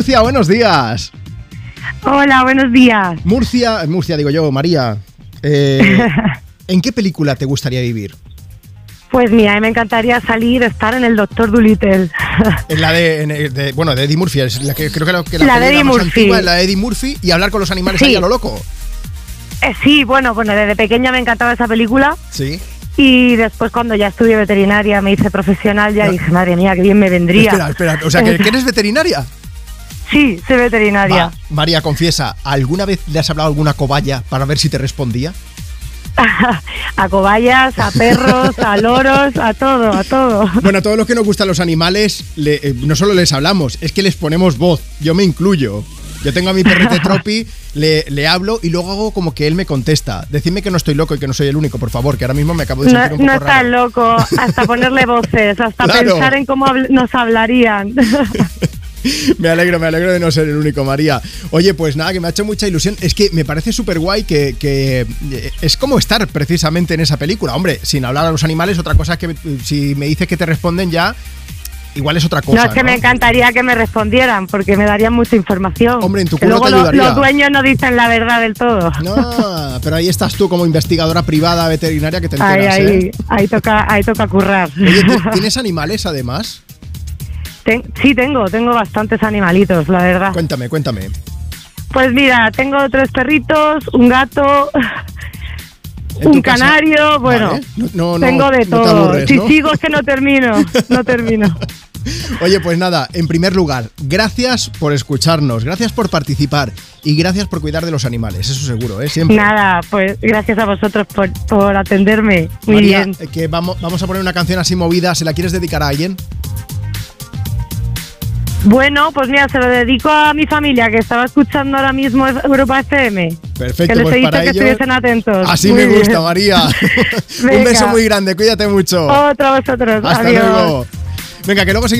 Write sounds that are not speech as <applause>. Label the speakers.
Speaker 1: Murcia, buenos días.
Speaker 2: Hola, buenos días.
Speaker 1: Murcia, Murcia digo yo, María.
Speaker 2: <laughs>
Speaker 1: eh, ¿En qué película te gustaría vivir?
Speaker 2: Pues mira, a mí me encantaría salir, estar en el Doctor Dolittle. <laughs>
Speaker 1: En la de, en el de- bueno, de Eddie Murphy, es la que creo que la, que la
Speaker 2: La de
Speaker 1: película
Speaker 2: Eddie
Speaker 1: más
Speaker 2: Murphy.
Speaker 1: antigua es la de Eddie Murphy y hablar con los animales
Speaker 2: Sí.
Speaker 1: ahí a lo loco.
Speaker 2: Eh, sí, bueno, bueno, desde pequeña me encantaba esa película
Speaker 1: Sí.
Speaker 2: y después cuando ya estudié veterinaria, me hice profesional, ya
Speaker 1: No.
Speaker 2: dije, madre mía, qué bien me vendría.
Speaker 1: Espera, espera, o sea, que, que eres veterinaria.
Speaker 2: Sí, soy veterinaria.
Speaker 1: Va, María, confiesa, ¿alguna vez le has hablado a alguna cobaya para ver si te respondía?
Speaker 2: a cobayas, a perros, a loros, a todo, a todo.
Speaker 1: Bueno, a todos los que nos gustan los animales, le- eh, no solo les hablamos, es que les ponemos voz. Yo me incluyo. Yo tengo a mi
Speaker 2: <laughs>
Speaker 1: perrete Tropi, le, le hablo y luego hago como que él me contesta. Decidme que no estoy loco y que no soy el único, por favor, que ahora mismo me acabo de
Speaker 2: No,
Speaker 1: sentir Pues un poco
Speaker 2: no está
Speaker 1: raro.
Speaker 2: loco, hasta ponerle voces,
Speaker 1: <laughs>
Speaker 2: hasta
Speaker 1: Claro.
Speaker 2: pensar en cómo habl- nos hablarían.
Speaker 1: <laughs>
Speaker 2: <laughs>
Speaker 1: Me alegro, me alegro de no ser el único, María. Oye, pues nada, que me ha hecho mucha ilusión. Es que me parece súper guay que, que, eh, es como estar precisamente en esa película. Hombre, sin hablar a los animales, otra cosa es que eh, si me dices que te responden ya, igual es otra cosa.
Speaker 2: no, es que me encantaría que me respondieran, porque me darían mucha información.
Speaker 1: Hombre, en tu
Speaker 2: Que
Speaker 1: culo
Speaker 2: luego
Speaker 1: te
Speaker 2: lo-
Speaker 1: ayudaría.
Speaker 2: los dueños no dicen la verdad del todo.
Speaker 1: No, pero ahí estás tú como investigadora privada veterinaria que te
Speaker 2: ahí,
Speaker 1: enteras,
Speaker 2: ahí,
Speaker 1: ¿eh?
Speaker 2: ahí toca, ahí toca currar.
Speaker 1: Oye, ¿ti- ¿tienes animales además?
Speaker 2: <laughs> Ten- sí, tengo, tengo bastantes animalitos, la verdad.
Speaker 1: Cuéntame, cuéntame.
Speaker 2: Pues mira, tengo tres perritos, un gato,
Speaker 1: ¿En tu
Speaker 2: un
Speaker 1: casa?
Speaker 2: canario, bueno,
Speaker 1: Vale. No- no- no-
Speaker 2: tengo de
Speaker 1: no te
Speaker 2: todo.
Speaker 1: aburres,
Speaker 2: si
Speaker 1: ¿no?
Speaker 2: sigo es que no termino,
Speaker 1: <laughs>
Speaker 2: no termino.
Speaker 1: Oye, pues nada, en primer lugar, gracias por escucharnos, gracias por participar y gracias por cuidar de los animales, eso seguro, ¿eh? Siempre.
Speaker 2: Nada, pues gracias a vosotros por, por atenderme. Muy
Speaker 1: María,
Speaker 2: bien.
Speaker 1: eh, que vamos, vamos a poner una canción así movida, ¿se la quieres dedicar a alguien?
Speaker 2: Bueno, pues mira, se lo dedico a mi familia que estaba escuchando ahora mismo Europa FM.
Speaker 1: Perfecto,
Speaker 2: que les
Speaker 1: pues
Speaker 2: he dicho
Speaker 1: para
Speaker 2: que
Speaker 1: ello-
Speaker 2: estuviesen atentos.
Speaker 1: Así
Speaker 2: Muy
Speaker 1: me gusta,
Speaker 2: bien. <laughs>
Speaker 1: María. Un
Speaker 2: Venga.
Speaker 1: beso muy grande, cuídate mucho.
Speaker 2: Otro a vosotros.
Speaker 1: Hasta
Speaker 2: Adiós.
Speaker 1: luego. Venga, que luego seguimos.